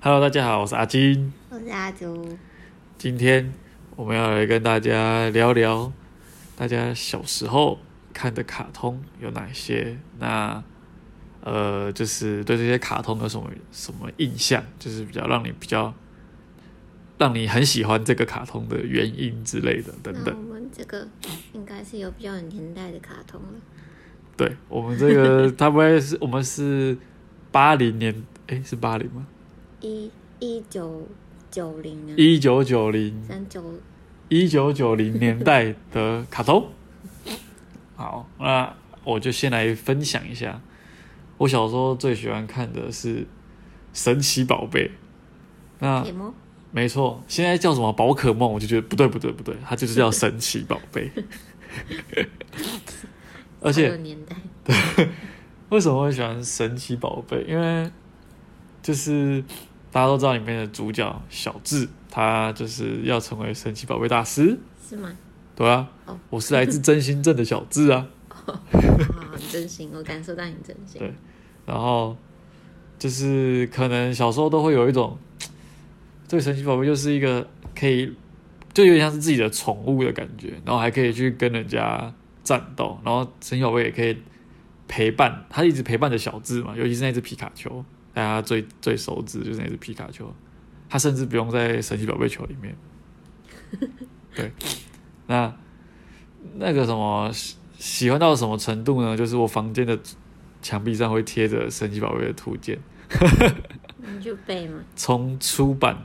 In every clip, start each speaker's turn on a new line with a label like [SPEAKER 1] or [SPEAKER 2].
[SPEAKER 1] Hello，大家好，我是阿金。
[SPEAKER 2] 我是阿朱。
[SPEAKER 1] 今天我们要来跟大家聊聊大家小时候看的卡通有哪些。那呃，就是对这些卡通有什么什么印象，就是比较让你比较让你很喜欢这个卡通的原因之类的等
[SPEAKER 2] 那
[SPEAKER 1] 等
[SPEAKER 2] 我。们这个应该是有比较有年代的卡通了，
[SPEAKER 1] 对我们这个，他不会是我们是八零年，诶，是八零吗？
[SPEAKER 2] 一一九九零啊，
[SPEAKER 1] 一九九零
[SPEAKER 2] 三九
[SPEAKER 1] 一九九零年代的卡通。好，那我就先来分享一下，我小时候最喜欢看的是《神奇宝贝》。那
[SPEAKER 2] 铁模
[SPEAKER 1] 没错，现在叫什么宝可梦，我就觉得不对不对不对，它就是叫神奇宝贝。而且
[SPEAKER 2] 有年代，
[SPEAKER 1] 为什么会喜欢神奇宝贝？因为就是大家都知道里面的主角小智，他就是要成为神奇宝贝大师，
[SPEAKER 2] 是 吗？
[SPEAKER 1] 对啊
[SPEAKER 2] 哦，
[SPEAKER 1] 我是来自真心镇的小智啊。
[SPEAKER 2] 哇，哦很真心，我感受到你真心
[SPEAKER 1] 对。然后就是可能小时候都会有一种对神奇宝贝就是一个可以，就有点像是自己的宠物的感觉，然后还可以去跟人家战斗，然后神奇宝贝也可以陪伴，它一直陪伴着小智嘛，尤其是那只皮卡丘，大家最最熟知就是那只皮卡丘，它甚至不用在神奇宝贝球里面。对，那那个什么喜喜欢到什么程度呢？就是我房间的墙壁上会贴着神奇宝贝的图鉴，
[SPEAKER 2] 你就背嘛，
[SPEAKER 1] 从出版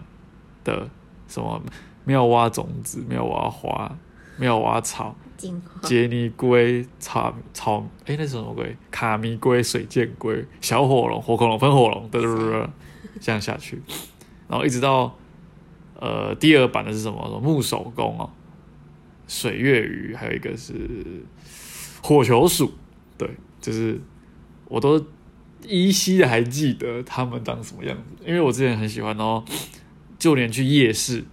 [SPEAKER 1] 的什么妙蛙种子、妙蛙花、妙蛙草、
[SPEAKER 2] 进化
[SPEAKER 1] 杰尼龟、草草哎、那是什么龟？卡米龟、水箭龟、小火龙、火恐龙、喷火龙，对对对对，这样下去，然后一直到呃第二版的是什么？木手工哦，水月鱼，还有一个是火球鼠，对，就是我都依稀的还记得他们长什么样子，因为我之前很喜欢，然后就连去夜市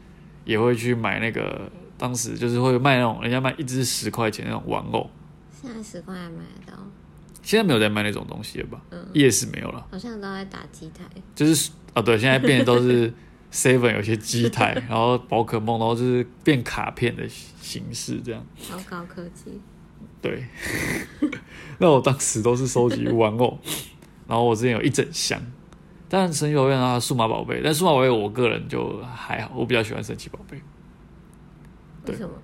[SPEAKER 1] 也会去买那个，当时就是会卖那种人家卖一只十块钱那种玩偶，
[SPEAKER 2] 现在十块还买得到，
[SPEAKER 1] 现在没有在卖那种东西了吧？
[SPEAKER 2] 嗯
[SPEAKER 1] 夜市没有了，
[SPEAKER 2] 好像都在打机台，
[SPEAKER 1] 就是啊，对，现在变得都是 Seven 有些机台，然后宝可梦，然后就是变卡片的形式这样。
[SPEAKER 2] 好高科技，
[SPEAKER 1] 对， 那我当时都是收集玩偶，然后我之前有一整箱，但神奇宝贝啊，数码宝贝，但数码宝贝我个人就还好，我比较喜欢神奇宝贝，对
[SPEAKER 2] 为什么？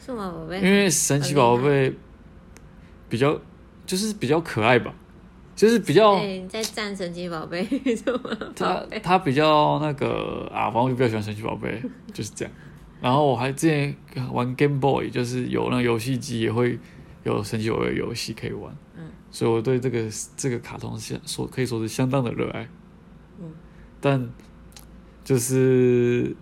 [SPEAKER 2] 数码宝贝哎
[SPEAKER 1] 因为神奇宝贝比较就是比较可爱吧，就是比较
[SPEAKER 2] 哎，你在战神奇宝贝，数码
[SPEAKER 1] 它
[SPEAKER 2] 宝贝，
[SPEAKER 1] 它比较那个啊，反正我就比较喜欢神奇宝贝， 就是这样。然后我还之前玩 Game Boy，就是有那个游戏机也会有神奇宝贝游戏可以玩，
[SPEAKER 2] 嗯，
[SPEAKER 1] 所以我对这个这个卡通相说可以说是相当的热爱，
[SPEAKER 2] 嗯，
[SPEAKER 1] 但就是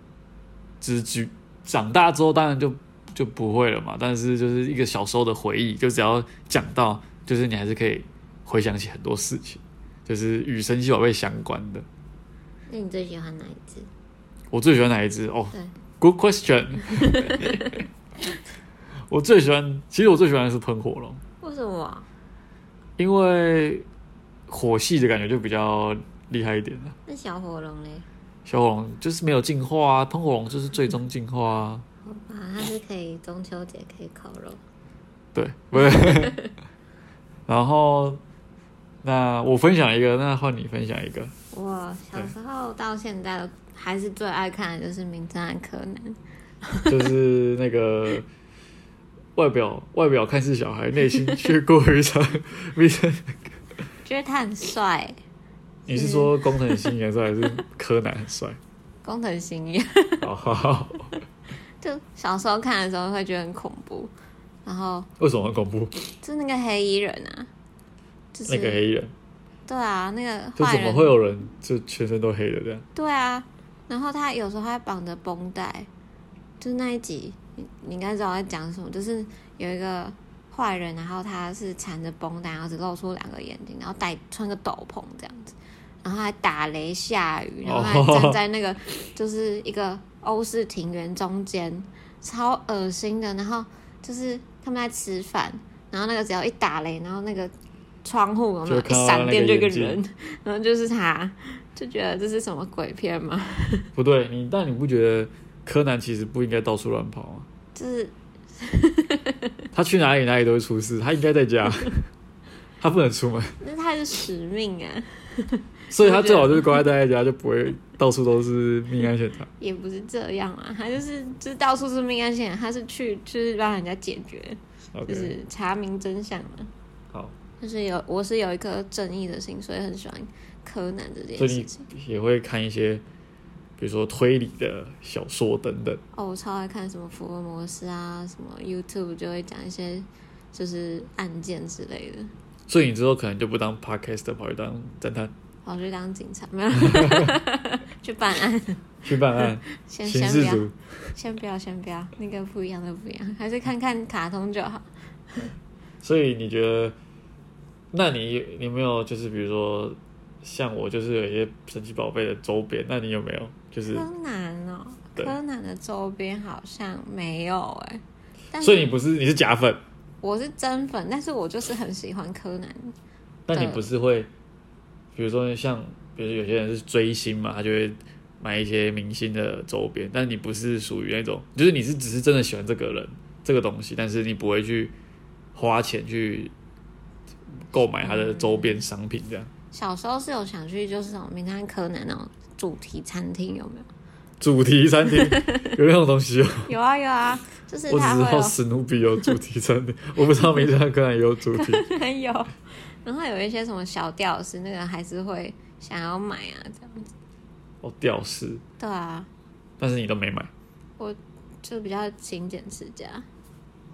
[SPEAKER 1] 只局长大之后当然就就不会了嘛，但是就是一个小时候的回忆，就只要讲到，就是你还是可以回想起很多事情，就是与神奇宝贝相关的。
[SPEAKER 2] 那你最喜欢哪一只？
[SPEAKER 1] 我最喜欢哪一只？哦
[SPEAKER 2] 对
[SPEAKER 1] ，Good question。我最喜欢，其实我最喜欢的是喷火龙，
[SPEAKER 2] 为什么啊？
[SPEAKER 1] 因为火系的感觉就比较厉害一点了。
[SPEAKER 2] 那小火龙嘞？
[SPEAKER 1] 小火龙就是没有进化啊，喷火龙就是最终进化啊。
[SPEAKER 2] 好吧，它是可以中秋节可以烤肉，
[SPEAKER 1] 对，不是。然后，那我分享一个，那换你分享一个。
[SPEAKER 2] 我小时候到现在还是最爱看的就是《名侦探柯南》，
[SPEAKER 1] 就是那个外表外表看似小孩，内心却过于长。
[SPEAKER 2] 觉得他很帅，
[SPEAKER 1] 你是说工藤新也帅还是柯南很 帅？
[SPEAKER 2] 工藤新一。
[SPEAKER 1] 好好好，
[SPEAKER 2] 就小时候看的时候会觉得很恐怖，然后
[SPEAKER 1] 为什么很恐怖？
[SPEAKER 2] 就那个黑衣人啊，就是
[SPEAKER 1] 那个黑人，
[SPEAKER 2] 对啊，那个
[SPEAKER 1] 就
[SPEAKER 2] 坏
[SPEAKER 1] 怎么
[SPEAKER 2] 人
[SPEAKER 1] 会有人就全身都黑的这样？
[SPEAKER 2] 对啊，然后他有时候还绑着绷带，就是那一集你你应该知道我在讲什么，就是有一个坏人，然后他是缠着绷带，然后只露出两个眼睛，然后戴穿个斗篷这样子，然后还打雷下雨，然后还站在那个就是一个欧式庭园中间，超恶心的。然后就是他们在吃饭，然后那个只要一打雷，然后那个窗户有没有
[SPEAKER 1] 就看到
[SPEAKER 2] 一闪电
[SPEAKER 1] 那
[SPEAKER 2] 就
[SPEAKER 1] 个
[SPEAKER 2] 一个
[SPEAKER 1] 眼睛
[SPEAKER 2] 人，然后就是他，就觉得这是什么鬼片吗？
[SPEAKER 1] 不对，你但你不觉得柯南其实不应该到处乱跑吗？
[SPEAKER 2] 就是
[SPEAKER 1] 他去哪里哪里都会出事，他应该在 家，他不能出门，
[SPEAKER 2] 那他是使命啊，
[SPEAKER 1] 所以他最好就是乖乖待在家，就不会到处都是命案现场。
[SPEAKER 2] 也不是这样啊，他就是就是到处是命案现场，他是去就是让人家解决，就
[SPEAKER 1] OK，
[SPEAKER 2] 是查明真相嘛。
[SPEAKER 1] 好，
[SPEAKER 2] 就是有我是有一颗正义的心，所以很喜欢柯南这件
[SPEAKER 1] 所以
[SPEAKER 2] 事
[SPEAKER 1] 你
[SPEAKER 2] 情。
[SPEAKER 1] 也会看一些，比如说推理的小说等等。
[SPEAKER 2] 哦，我超爱看什么福尔摩斯啊，什么 YouTube 就会讲一些就是案件之类的，
[SPEAKER 1] 所以你之后可能就不当 podcast，跑去当侦 探，
[SPEAKER 2] 跑去哦当警察没有， 去办案。
[SPEAKER 1] 去办案，
[SPEAKER 2] 先
[SPEAKER 1] 刑
[SPEAKER 2] 先不
[SPEAKER 1] 事
[SPEAKER 2] 要，
[SPEAKER 1] 组。
[SPEAKER 2] 先不要，先不要，那个不一样的不一样，还是看看卡通就好。
[SPEAKER 1] 所以你觉得，那你你有没有就是比如说像我就是有一些神奇宝贝的周边，那你有没有就是？
[SPEAKER 2] 柯南哦，
[SPEAKER 1] 对
[SPEAKER 2] 柯南的周边好像没有哎、但
[SPEAKER 1] 所以
[SPEAKER 2] 是
[SPEAKER 1] 你不是你是假粉，
[SPEAKER 2] 我是真粉，但是我就是很喜欢柯南。
[SPEAKER 1] 那你
[SPEAKER 2] 对
[SPEAKER 1] 不是会，比如说像比如说有些人是追星嘛，他就会买一些明星的周边，但你不是属于那种，就是你是只是真的喜欢这个人这个东西，但是你不会去花钱去购买他的周边商品这样。
[SPEAKER 2] 小时候是有想去就是那种名侦探柯南那种主题餐厅有没有？
[SPEAKER 1] 主题餐厅有那种东西哦，
[SPEAKER 2] 有啊有啊，就是
[SPEAKER 1] 我只
[SPEAKER 2] 它
[SPEAKER 1] 知
[SPEAKER 2] 会
[SPEAKER 1] 道
[SPEAKER 2] 有
[SPEAKER 1] 史努比有主题餐厅， 我不知道名侦探柯南也有主 题。
[SPEAKER 2] 有，然后有一些什么小吊饰，那个还是会想要买啊，这样子。
[SPEAKER 1] 哦，吊饰，
[SPEAKER 2] 对啊，
[SPEAKER 1] 但是你都没买
[SPEAKER 2] 就比较勤俭持家。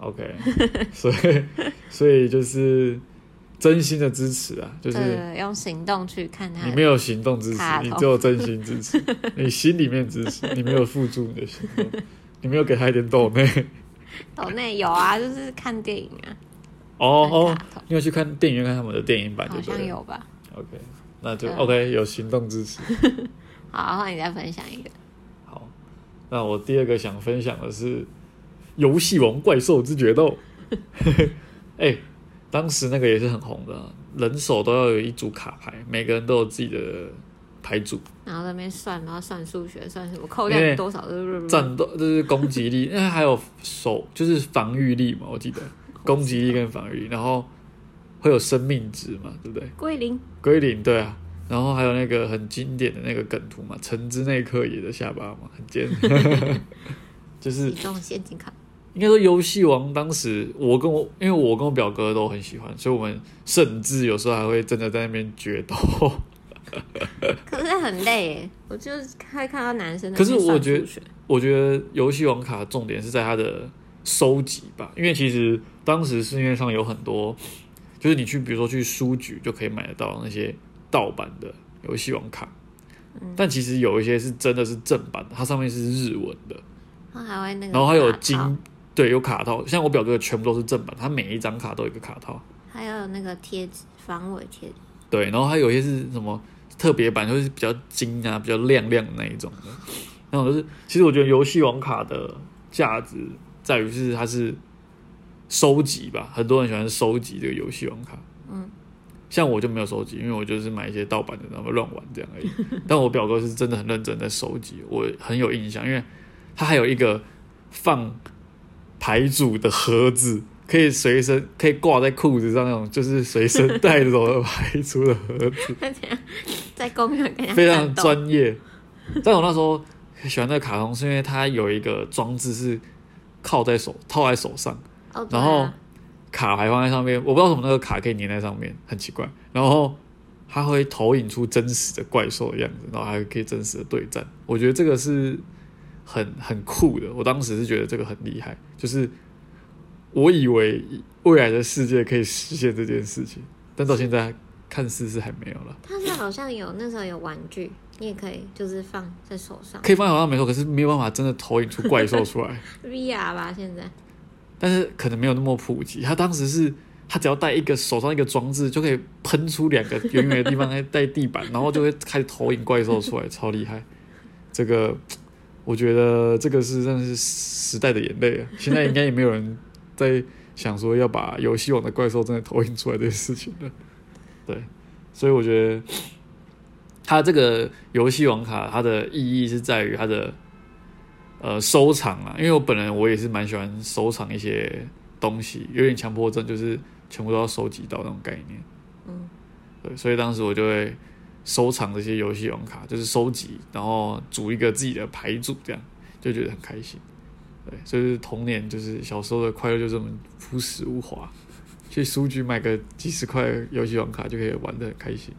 [SPEAKER 1] ，OK，所以 所以就是真心的支持啊，就
[SPEAKER 2] 对
[SPEAKER 1] 是
[SPEAKER 2] 对，用行动去看他
[SPEAKER 1] 你没有行动支持
[SPEAKER 2] 卡，头
[SPEAKER 1] 你只有真心支 持，你心里面支持，你没有付诸你的行动，你没有给他一点抖 内。
[SPEAKER 2] 抖内有啊，就是看电影啊，
[SPEAKER 1] 哦
[SPEAKER 2] 看
[SPEAKER 1] 哦
[SPEAKER 2] 卡，通
[SPEAKER 1] 你有去看电影院看他们的电影版
[SPEAKER 2] 好
[SPEAKER 1] 就
[SPEAKER 2] 像
[SPEAKER 1] 对了
[SPEAKER 2] 有吧。
[SPEAKER 1] ，OK，那就
[SPEAKER 2] 对
[SPEAKER 1] OK，有行动支持。
[SPEAKER 2] 好，换你再分享一个。
[SPEAKER 1] 好，那我第二个想分享的是《游戏王怪兽之决斗》。哎、当时那个也是很红的啊，人手都要有一组卡牌，每个人都有自己的牌组，
[SPEAKER 2] 然后在那边算，然后算数学，算什么，扣
[SPEAKER 1] 因
[SPEAKER 2] 掉
[SPEAKER 1] 为
[SPEAKER 2] 你多少，就是
[SPEAKER 1] 战斗就是攻击 力，那还有手就是防御力嘛，我记得攻击力跟防御力，然后会有生命值嘛，对不对？
[SPEAKER 2] 归零。
[SPEAKER 1] 归零，对啊。然后还有那个很经典的那个梗图嘛，橙之内克也的下巴嘛，很尖， 就是
[SPEAKER 2] 你中陷阱卡，
[SPEAKER 1] 应该说，《游戏王》当时我跟我，因为我跟我表哥都很喜欢，所以我们甚至有时候还会真的在那边决斗。
[SPEAKER 2] 可是很累耶。我就是会看到男生在
[SPEAKER 1] 可是
[SPEAKER 2] 那边
[SPEAKER 1] 我
[SPEAKER 2] 算
[SPEAKER 1] 觉得
[SPEAKER 2] 数学
[SPEAKER 1] 我觉得《游戏王》卡重点是在它的收集吧，因为其实当时市面上有很多，就是你去比如说去书局就可以买得到那些盗版的游戏王卡，但其实有一些是真的是正版的，它上面是日文的，
[SPEAKER 2] 然后还会那个，
[SPEAKER 1] 然后还有金，，对，有卡套，像我表哥的全部都是正版，他每一张卡都有一个卡套。
[SPEAKER 2] 还有那个贴纸，防伪贴纸。
[SPEAKER 1] 对，然后还有一些是什么特别版，就是比较金啊、比较亮亮的那一种的。那种就是，其实我觉得游戏王卡的价值在于是它是收集吧，很多人喜欢收集这个游戏王卡。
[SPEAKER 2] 嗯，
[SPEAKER 1] 像我就没有收集，因为我就是买一些盗版的，然后乱玩这样而已。 但我表哥是真的很认真在收集，我很有印象，因为他还有一个放牌组的盒子，可以随身可以挂在裤子上那种，就是随身带走的牌组的盒子。
[SPEAKER 2] 在公园跟人家
[SPEAKER 1] 非常
[SPEAKER 2] 战斗
[SPEAKER 1] 专业。但我那时候喜欢那个卡通，是因为它有一个装置是靠在手套在手上，
[SPEAKER 2] 哦，对
[SPEAKER 1] 然
[SPEAKER 2] 啊
[SPEAKER 1] 后卡牌放在上面，我不知道为什么那个卡可以粘在上面，很奇怪。然后它会投影出真实的怪兽的样子，然后还可以真实的对战。我觉得这个是很很酷的，我当时是觉得这个很厉害，就是我以为未来的世界可以实现这件事情，但到现在看似是还没有了。
[SPEAKER 2] 他是好像有那时候有玩具，你也可以就是放在手上
[SPEAKER 1] 可以放在手上没错，可是没有办法真的投影出怪兽出来。
[SPEAKER 2] ，VR 吧，现在
[SPEAKER 1] 但是可能没有那么普及。他当时是，他只要带一个手上一个装置，就可以喷出两个远远的地方在在地板，然后就会开始投影怪兽出来，超厉害。这个我觉得这个是真的是时代的眼泪啊！现在应该也没有人在想说要把游戏网的怪兽真的投影出来这件事情了。 对，所以我觉得它这个游戏王卡它的意义是在于它的呃收藏啊，因为我本人我也是蛮喜欢收藏一些东西，有点强迫症，就是全部都要收集到那种概念。
[SPEAKER 2] 嗯，
[SPEAKER 1] 对，所以当时我就会收藏这些游戏王卡，就是收集，然后组一个自己的牌组，这样就觉得很开心。对，所以就是童年就是小时候的快乐就这么朴实无华， 去书局买个几十块的游戏王卡就可以玩的很开心。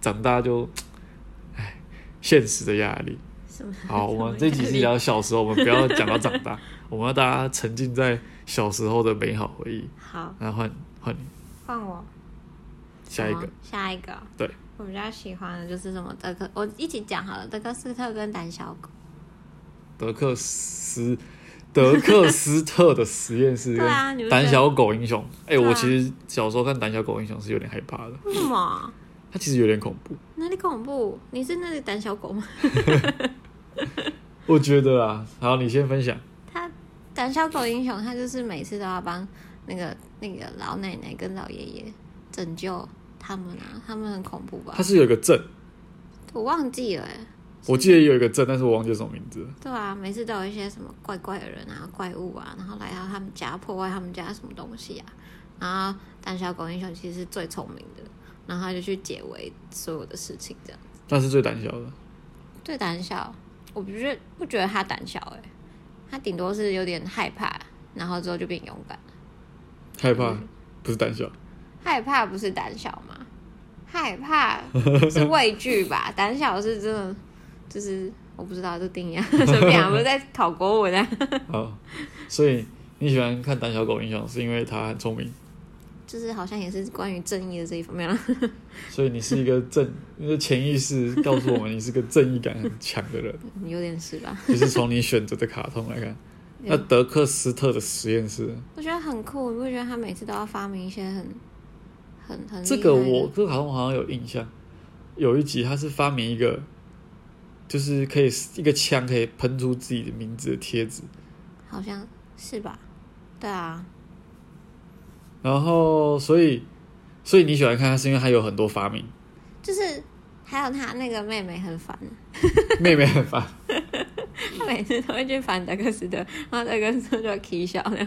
[SPEAKER 1] 长大就，唉，现实的压力。
[SPEAKER 2] 什么？
[SPEAKER 1] 好，我 们这集是
[SPEAKER 2] 压力
[SPEAKER 1] 聊小时候，我们不要讲到长大， 我们要大家沉浸在小时候的美好回忆。
[SPEAKER 2] 好，
[SPEAKER 1] 那换换你
[SPEAKER 2] 换我
[SPEAKER 1] 下一
[SPEAKER 2] 好啊
[SPEAKER 1] 个，
[SPEAKER 2] 下一个。
[SPEAKER 1] 对，
[SPEAKER 2] 我比较喜欢的就是什么德克，我一起讲好了，德克斯特跟胆小狗。
[SPEAKER 1] 德克斯德克斯特的实验室
[SPEAKER 2] 对啊你
[SPEAKER 1] 跟
[SPEAKER 2] 不觉得
[SPEAKER 1] 胆小狗英雄。哎、
[SPEAKER 2] 对啊
[SPEAKER 1] 我其实小时候看胆小狗英雄是有点害怕的，
[SPEAKER 2] 为什么？
[SPEAKER 1] 它其实有点恐怖。
[SPEAKER 2] 哪里恐怖？你是那只胆小狗吗？
[SPEAKER 1] 我觉得啊，好，你先分享。
[SPEAKER 2] 他胆小狗英雄，他就是每次都要帮那个那个老奶奶跟老爷爷拯救他们啊，他们很恐怖吧
[SPEAKER 1] 它？是有一个镇，
[SPEAKER 2] 我忘记了、欸，
[SPEAKER 1] 我记得有一个镇，但是我忘记什么名字了。
[SPEAKER 2] 对啊，每次都有一些什么怪怪的人啊、怪物啊，然后来到他们家破坏他们家什么东西啊。然后胆小狗英雄其实是最聪明的，然后他就去解围所有的事情，这样
[SPEAKER 1] 那是最胆小的，
[SPEAKER 2] 最胆小。我不觉不觉得他胆小哎、欸，他顶多是有点害怕，然后之后就变勇敢。
[SPEAKER 1] 害怕
[SPEAKER 2] 嗯
[SPEAKER 1] 不是胆小。
[SPEAKER 2] 害怕不是胆小吗？害怕是畏惧吧？ 胆小是真的，就是我不知道这定义啊，随便啊，我在考国文啊。
[SPEAKER 1] 好，所以你喜欢看胆小狗英雄，是因为它很聪明，
[SPEAKER 2] 就是好像也是关于正义的这一方面啊啦。
[SPEAKER 1] 所以你是一个正，你的潜意识告诉我们你是个正义感很强的人，
[SPEAKER 2] 嗯有点是吧？
[SPEAKER 1] 就是从你选择的卡通来看。那德克斯特的实验室，
[SPEAKER 2] 我觉得很酷，你不觉得他每次都要发明一些很、很、很
[SPEAKER 1] 这个
[SPEAKER 2] 厉害的
[SPEAKER 1] 我这个卡通好像有印象，有一集他是发明一个，就是可以一个枪可以喷出自己的名字的贴纸，
[SPEAKER 2] 好像是吧？对啊，
[SPEAKER 1] 然后所以所以你喜欢看他是因为他有很多发明，
[SPEAKER 2] 就是还有他那个妹妹很 烦，
[SPEAKER 1] 妹妹很烦，
[SPEAKER 2] 她每次都会去烦德克斯特，然后德克斯特就会起笑那样。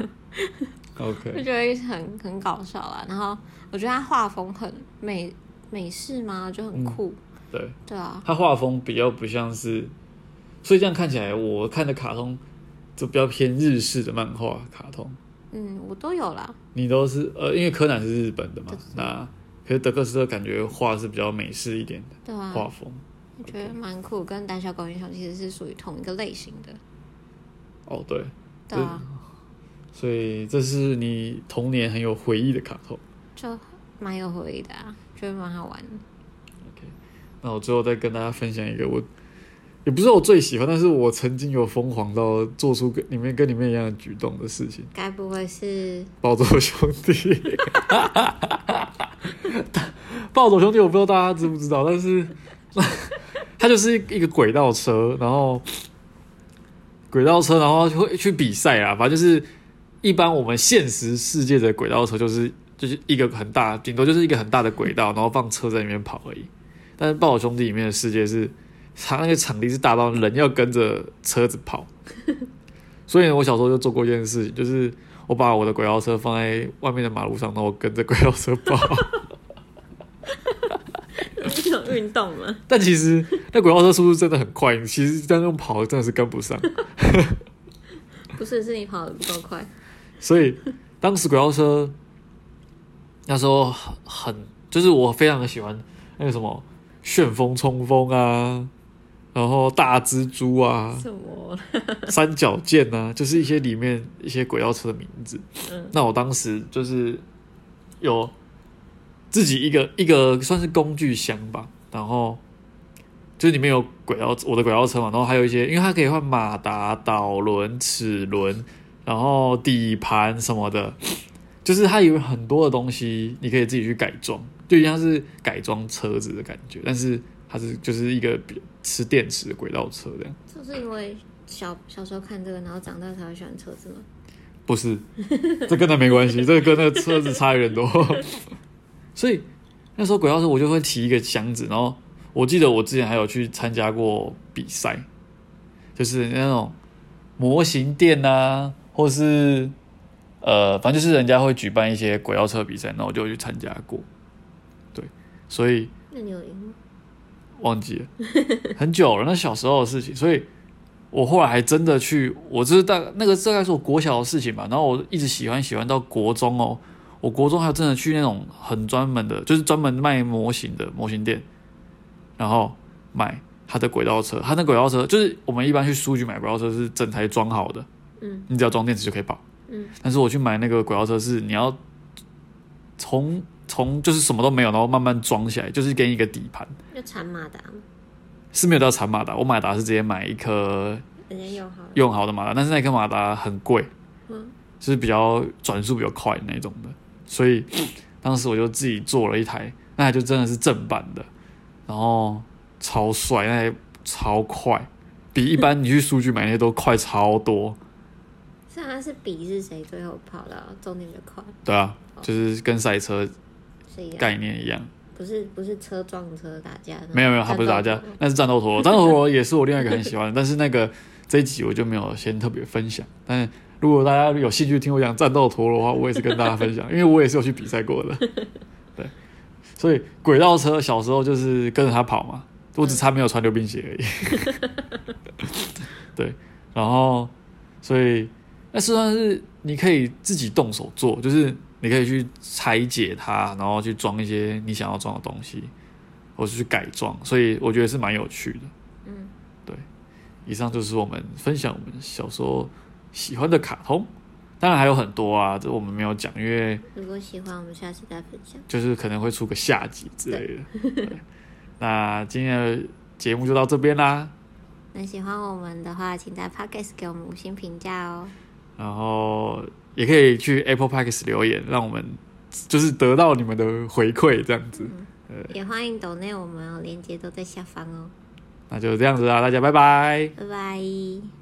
[SPEAKER 2] 就
[SPEAKER 1] OK，
[SPEAKER 2] 觉得很很搞笑啦。然后我觉得他画风很美美式嘛，就很酷。
[SPEAKER 1] 对。
[SPEAKER 2] 对啊，
[SPEAKER 1] 它画风比较不像是，所以这样看起来，我看的卡通就比较偏日式的漫画卡通。
[SPEAKER 2] 嗯，我都有啦。
[SPEAKER 1] 你都是呃，因为柯南是日本的嘛
[SPEAKER 2] 对，
[SPEAKER 1] 那可是德克斯特感觉画是比较美式一点的
[SPEAKER 2] 对啊，
[SPEAKER 1] 画风。
[SPEAKER 2] 我觉得蛮酷，跟胆小狗英雄其实是属于同一个类型的。
[SPEAKER 1] 哦，对，
[SPEAKER 2] 对啊，
[SPEAKER 1] 所以这是你童年很有回忆的卡通。
[SPEAKER 2] 就蛮有回忆的啊，觉得蛮好玩的。
[SPEAKER 1] 那我最后再跟大家分享一个我。也不是我最喜欢，但是我曾经有疯狂到做出跟你们跟你们一样的举动的事情。
[SPEAKER 2] 该不会是
[SPEAKER 1] 暴走兄弟， 暴走兄弟，我不知道大家知不知道，但是 它就是一个轨道车，然后轨道车，然后会去比赛啊，反正就是一般我们现实世界的轨道车就是就是一个很大，顶多就是一个很大的轨道，然后放车在里面跑而已。但是暴走兄弟里面的世界是，它那个场地是大到人要跟着车子跑，所以呢我小时候就做过一件事情，就是。我把我的轨道车放在外面的马路上，然后我跟着轨道车跑。
[SPEAKER 2] 一种运动吗？
[SPEAKER 1] 但其实那轨道车速度真的很快，其实这样用跑真的是跟不上。
[SPEAKER 2] 不是，是你跑得不够快。
[SPEAKER 1] 所以当时轨道车那时候很很，就是我非常的喜欢那个什么旋风冲锋啊，然后大蜘蛛啊，
[SPEAKER 2] 什么？
[SPEAKER 1] 三角剑啊，就是一些里面一些轨道车的名字。
[SPEAKER 2] 嗯
[SPEAKER 1] 那我当时就是有自己一个一个算是工具箱吧，然后就是里面有轨道我的轨道车嘛，然后还有一些，因为它可以换马达、导轮、齿轮，然后底盘什么的，就是它有很多的东西你可以自己去改装，就像是改装车子的感觉，但是它是就是一个比吃电池的轨道车这样。
[SPEAKER 2] 就是因为小小时候看这个，然后长大才会喜欢车子吗？
[SPEAKER 1] 不 是，这跟他没关系，这跟那个车子差有点多。所以那那时候鬼钥匙我就会提一个箱子，然后我记得我之前还有去参加过比赛，就是那种模型店啊，或是呃，反正就是人家会举办一些鬼钥车比赛，那我就有去参加过。对，所以
[SPEAKER 2] 那你有赢吗？
[SPEAKER 1] 忘记了，很久了，那小时候的事情，所以我后来还真的去，我就是大那个大概是我国小的事情吧，然后我一直喜欢喜欢到国中哦，我国中还有真的去那种很专门的，就是专门卖模型的模型店，然后买他的轨道车，他那轨道车就是我们一般去书局买轨道车是整台装好的，
[SPEAKER 2] 嗯
[SPEAKER 1] 你只要装电池就可以跑，
[SPEAKER 2] 嗯，
[SPEAKER 1] 但是我去买那个轨道车是你要从从就是什么都没有，然后慢慢装起来，就是给你一个底盘。
[SPEAKER 2] 嗯就产马达嘛，
[SPEAKER 1] 是没有到产马达，我马达是直接买一颗
[SPEAKER 2] 人家用好了。
[SPEAKER 1] 用好的马达，但是那颗马达很贵，
[SPEAKER 2] 嗯
[SPEAKER 1] 就是比较转速比较快那种的，所以当时我就自己做了一台，那台就真的是正版的，然后超帅，那台超快，比一般你去数据买那些都快超多，
[SPEAKER 2] 虽然是比是谁最后跑到终点比较快，
[SPEAKER 1] 对啊，就是跟赛车
[SPEAKER 2] 是一样，
[SPEAKER 1] 概念一样。
[SPEAKER 2] 不是不是车撞车打架的，
[SPEAKER 1] 没有没有，他不是打架
[SPEAKER 2] 战斗，
[SPEAKER 1] 那是战斗陀螺。战斗陀螺也是我另外一个很喜欢的，但是那个这一集我就没有先特别分享。但如果大家有兴趣听我讲战斗陀螺的话，我也是跟大家分享，因为我也是有去比赛过的。对，所以轨道车小时候就是跟着他跑嘛，我只差没有穿溜冰鞋而已。 对，然后所以那事实上是你可以自己动手做，就是你可以去拆解它，然后去装一些你想要装的东西。我是去改装，所以我觉得是蛮有趣的。
[SPEAKER 2] 嗯，
[SPEAKER 1] 对。以上就是我们分享我们小时候喜欢的卡通，当然还有很多啊，这我们没有讲，因为
[SPEAKER 2] 如果喜欢，我们下次再分享。
[SPEAKER 1] 就是可能会出个下集之类的。对那今天的节目就到这边啦，
[SPEAKER 2] 那喜欢我们的话，请在 Podcast 给我们五星评价哦。
[SPEAKER 1] 然后也可以去 Apple p a c k s 留言，让我们就是得到你们的回馈，这样子。
[SPEAKER 2] 也欢迎抖内我们哦，链接都在下方哦。
[SPEAKER 1] 那就这样子啦，大家拜拜。
[SPEAKER 2] 拜拜。